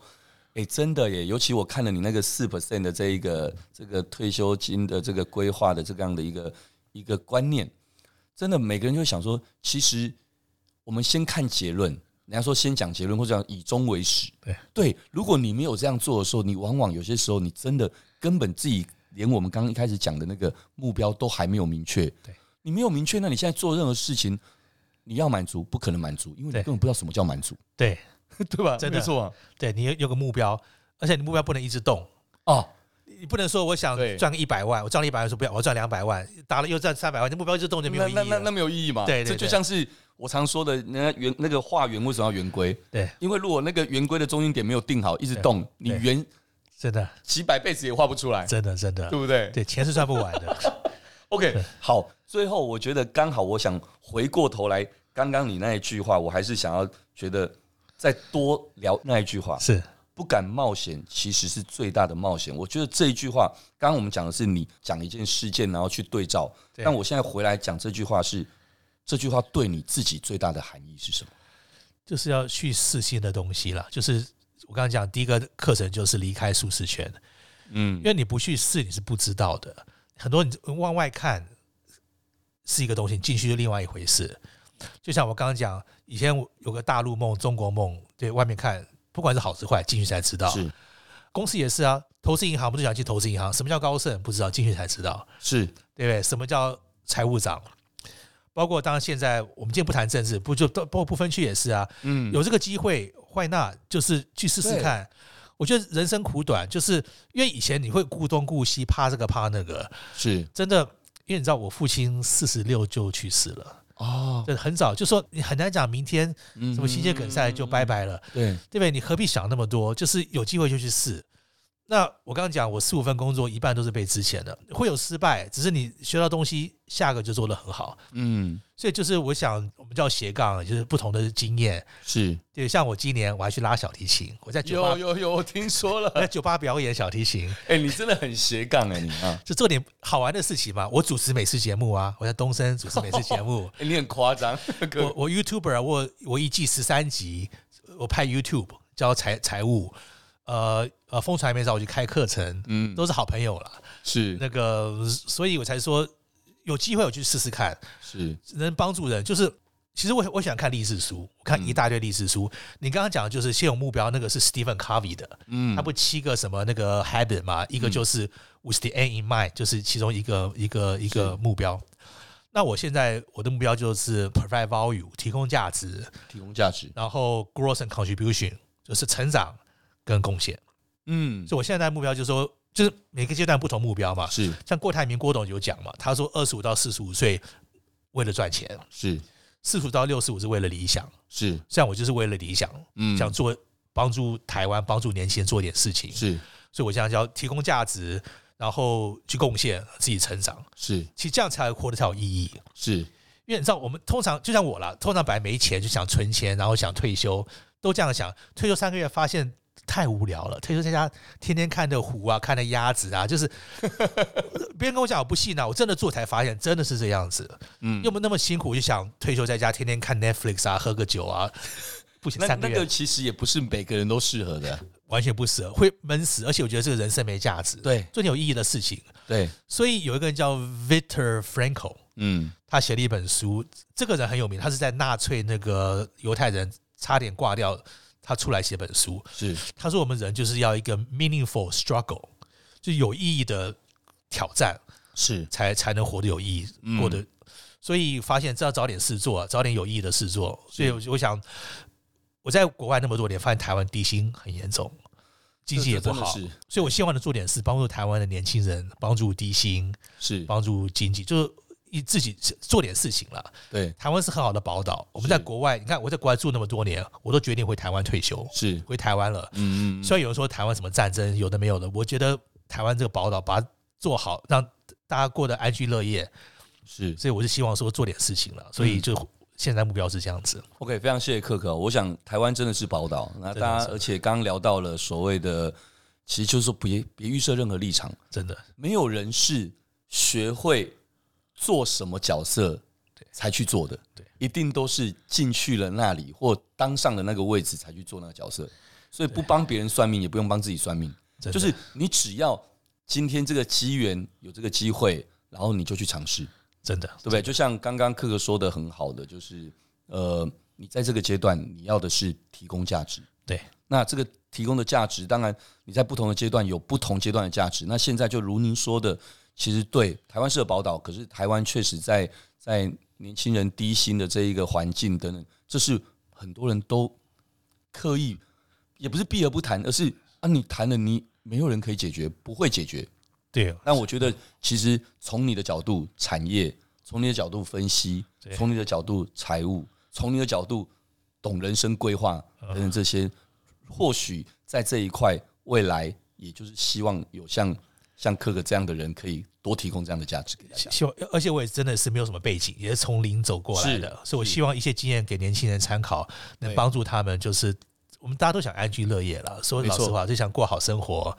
Speaker 3: 哎、真的耶！尤其我看了你那个四 percent 的这一个这个退休金的这个规划的这样的一个一个观念，真的每个人就会想说，其实我们先看结论，人家说先讲结论，或者讲以终为始。
Speaker 2: 对
Speaker 3: 如果你没有这样做的时候，你往往有些时候你真的根本自己连我们刚刚一开始讲的那个目标都还没有明确。
Speaker 2: 对，
Speaker 3: 你没有明确，那你现在做任何事情。你要满足，不可能满足，因为你
Speaker 2: 对
Speaker 3: 根本不知道什么叫满足。
Speaker 2: 对，
Speaker 3: *laughs* 对吧？
Speaker 2: 真的
Speaker 3: 没错啊、
Speaker 2: 对你有有个目标，而且你目标不能一直动。
Speaker 3: 哦，
Speaker 2: 你不能说我想
Speaker 3: 对
Speaker 2: 赚个一百万，我赚了一百万说不要，我要赚两百万，达了又赚三百万，这目标一直动就没有
Speaker 3: 那
Speaker 2: 意义
Speaker 3: 那那那
Speaker 2: 了。
Speaker 3: 没有意义嘛？
Speaker 2: 对对
Speaker 3: 这就
Speaker 2: 对
Speaker 3: 像是我常说的，那圆那个画圆为什么要圆规？
Speaker 2: 对，
Speaker 3: 因为如果那个圆规的中心点没有定好，一直动，你
Speaker 2: 对
Speaker 3: 圆
Speaker 2: 真的，
Speaker 3: 几百辈子也画不出来，
Speaker 2: 真的，真的
Speaker 3: 哎 *laughs* 对，不对？
Speaker 2: 对，钱是赚不完
Speaker 3: *laughs*
Speaker 2: 的。
Speaker 3: OK，好，最后我觉得刚好，我想回过头来，刚刚你那一句话，我还是想要觉得再多聊那一句话，
Speaker 2: 是，
Speaker 3: 不敢冒险其实是最大的冒险。我觉得这一句话，刚刚我们讲的是你讲一件事件，然后去对照。
Speaker 2: 对
Speaker 3: 但我现在回来讲这句话是，这句话对你自己最大的含义是什么？
Speaker 2: 就是要去试新的东西啦，就是我刚刚讲第一个课程就是离开舒适圈，
Speaker 4: 嗯
Speaker 2: 因，为你不去试你是不知道的。很多你往外看是一个东西，你进去就另外一回事。就像我刚刚讲，以前我有个大陆梦、中国梦，对外面看不管是好是坏，进去才知道。
Speaker 4: 是
Speaker 2: 公司也是啊，投资银行不是想去投资银行？什么叫高盛？不知道，进去才知道。
Speaker 4: 是
Speaker 2: 对不对？什么叫财务长？包括当然现在我们今天不谈政治，不就都包括不分区也是啊。
Speaker 4: 嗯，
Speaker 2: 有这个机会，why not？就是去试试看。我觉得人生苦短，就是因为以前你会顾东顾西，怕这个怕那个，
Speaker 4: 是
Speaker 2: 真的。因为你知道我父亲四十六就去世了，
Speaker 4: 哦，
Speaker 2: 对，很早就说你很难讲明天
Speaker 4: 嗯
Speaker 2: 什么心肌梗塞就拜拜了，
Speaker 4: 对，
Speaker 2: 对不对？你何必想那么多？就是有机会就去试。那我刚刚讲，我四五份工作一半都是被之前的，会有失败，只是你学到东西，下个就做得很好。
Speaker 4: 嗯，
Speaker 2: 所以就是我想，我们叫斜杠，就是不同的经验。
Speaker 4: 是
Speaker 2: 对，像我今年我还去拉小提琴，我在酒吧
Speaker 3: 有有有，我听说
Speaker 4: *laughs*
Speaker 3: 了。
Speaker 2: 我在酒吧表演小提琴，
Speaker 3: 哎、你真的很斜杠哎、你
Speaker 4: *laughs*
Speaker 3: 啊，。
Speaker 2: 就做点好玩的事情嘛。我主持美食节目啊，我在东森主持美食节目
Speaker 3: 哎你很夸张。各
Speaker 2: 我我 YouTuber，啊我我一季十三集，呃我拍 YouTube 教财财务，呃呃，风传媒找我去开课程，
Speaker 4: 嗯
Speaker 2: 都是好朋友啦。
Speaker 4: 是
Speaker 2: 那个，所以我才说有机会我去试试看，
Speaker 4: 是
Speaker 2: 能帮助人。就是其实我我喜欢看励志书，我看一大堆励志书。你刚刚讲的就是先有目标，那个是 Stephen Covey 的，
Speaker 4: 嗯
Speaker 2: 他不七个什么那个 habit 嘛，一个就是 with the end in mind，就是其中一个一个一个目标。那我现在我的目标就是 provide value，提供价值，
Speaker 4: 提供价值，
Speaker 2: 然后 growth and contribution，就是成长跟贡献。
Speaker 4: 嗯，
Speaker 2: 所以我现在的目标就是说，就是每个阶段不同目标嘛。
Speaker 4: 是
Speaker 2: 像郭台铭郭董有讲嘛，他说二十五到四十五岁为了赚钱，
Speaker 4: 是
Speaker 2: 四十五到六十五是为了理想。
Speaker 4: 是，
Speaker 2: 像我就是为了理想，
Speaker 4: 嗯，
Speaker 2: 想做帮助台湾、帮助年轻人做点事情，
Speaker 4: 是
Speaker 2: 所以我现在就要提供价值，然后去贡献自己成长。
Speaker 4: 是
Speaker 2: 其实这样才活得才有意义。
Speaker 4: 是
Speaker 2: 因为你知道，我们通常就像我啦，通常本来没钱就想存钱，然后想退休，都这样想。退休三个月发现太无聊了，退休在家天天看着虎啊，看着鸭子啊，就是 *laughs* 别人跟我讲我不信啊，我真的做才发现真的是这样子。
Speaker 4: 嗯
Speaker 2: 要么那么辛苦，就想退休在家天天看 Netflix 啊，喝个酒啊，不行，
Speaker 3: 那
Speaker 2: 三个
Speaker 3: 那
Speaker 2: 月、
Speaker 3: 个其实也不是每个人都适合的，
Speaker 2: 完全不适合，会闷死。而且我觉得这个人生没价值，
Speaker 3: 对
Speaker 2: 做点有意义的事情。
Speaker 3: 对，
Speaker 2: 所以有一个人叫 Victor Frankl。
Speaker 4: 嗯
Speaker 2: 他写了一本书，这个人很有名，他是在纳粹那个犹太人差点挂掉，他出来写本书。
Speaker 4: 是
Speaker 2: 他说我们人就是要一个 meaningful struggle，就有意义的挑战，
Speaker 4: 是
Speaker 2: 才才能活得有意义，
Speaker 4: 嗯
Speaker 2: 过得。所以发现这要找点事做，啊找点有意义的事做。所以我我想，我在国外那么多年，发现台湾低薪很严重，经济也不好
Speaker 4: 这真，的
Speaker 2: 所以我希望能做点事，帮助台湾的年轻人，帮助低薪，
Speaker 4: 是
Speaker 3: 哦
Speaker 4: 是
Speaker 2: 帮助经济，就是一自己做点事情了。
Speaker 4: 对
Speaker 2: 台湾是很好的宝岛，我们在国外，你看我在国外住那么多年，我都决定回台湾退休，
Speaker 4: 是
Speaker 2: 回台湾了。
Speaker 4: 嗯嗯
Speaker 2: 虽然有人说台湾什么战争有的没有的，我觉得台湾这个宝岛把它做好，让大家过得安居乐业，
Speaker 4: 是
Speaker 2: 所以我是希望说做点事情了，所
Speaker 3: 嗯
Speaker 2: 以就现在目标是这样子。
Speaker 3: OK，非常谢谢克克哦。我想台湾真的是宝岛，那
Speaker 2: 真的
Speaker 3: 大家
Speaker 2: 是
Speaker 3: 而且刚刚聊到了所谓的，其实就是说别别预设任何立场，
Speaker 2: 真的，
Speaker 3: 没有人是学会做什么角色才去做的，
Speaker 2: 对，
Speaker 3: 一定都是进去了那里或当上了那个位置才去做那个角色，所以不帮别人算命，也不用帮自己算命，
Speaker 2: 真的
Speaker 3: 就是你只要今天这个机缘有这个机会，然后你就去尝试。
Speaker 2: 真的，
Speaker 3: 对不对？就像刚刚克克说的很好的，就是呃，你在这个阶段你要的是提供价值。
Speaker 2: 对，
Speaker 3: 那这个提供的价值，当然你在不同的阶段有不同阶段的价值。那现在就如您说的，其实对台湾是个宝岛，可是台湾确实在在年轻人低薪的这一个环境等等，这是很多人都刻意也不是避而不谈，而是啊，你谈了你没有人可以解决，不会解决，
Speaker 2: 对，
Speaker 3: 但我觉得，其实从你的角度，产业；从你的角度分析
Speaker 2: 对；
Speaker 3: 从你的角度，财务；从你的角度，懂人生规划
Speaker 2: 嗯
Speaker 3: 等等这些，或许在这一块，未来也就是希望有像像克克这样的人，可以多提供这样的价值给大家。
Speaker 2: 希望，而且我也真的是没有什么背景，也是从零走过来的，所以我希望一些经验给年轻人参考，能帮助他们。就是我们大家都想安居乐业了，说老实话，就想过好生活，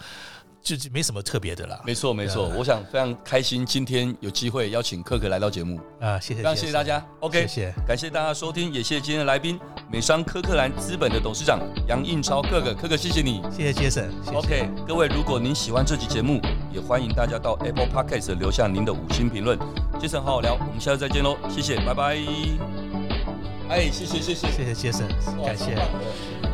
Speaker 2: 就是没什么特别的啦。
Speaker 3: 没错没错，我想非常开心，今天有机会邀请克克来到节目，
Speaker 2: 啊，谢谢，
Speaker 3: 非常谢谢大家。OK，
Speaker 2: 谢谢，
Speaker 3: 感谢大家收听，也谢谢今天的来宾，美商科克兰资本的董事长杨印超克克，克克谢谢你。
Speaker 2: 谢谢杰森，谢谢
Speaker 3: OK，各位，如果您喜欢这期节目，也欢迎大家到 Apple Podcast 留下您的五星评论。杰森好好聊，我们下次再见喽，谢谢，拜拜。哎，谢谢谢谢，
Speaker 2: 谢谢杰森，
Speaker 3: 哇
Speaker 2: 感谢。
Speaker 3: 超棒的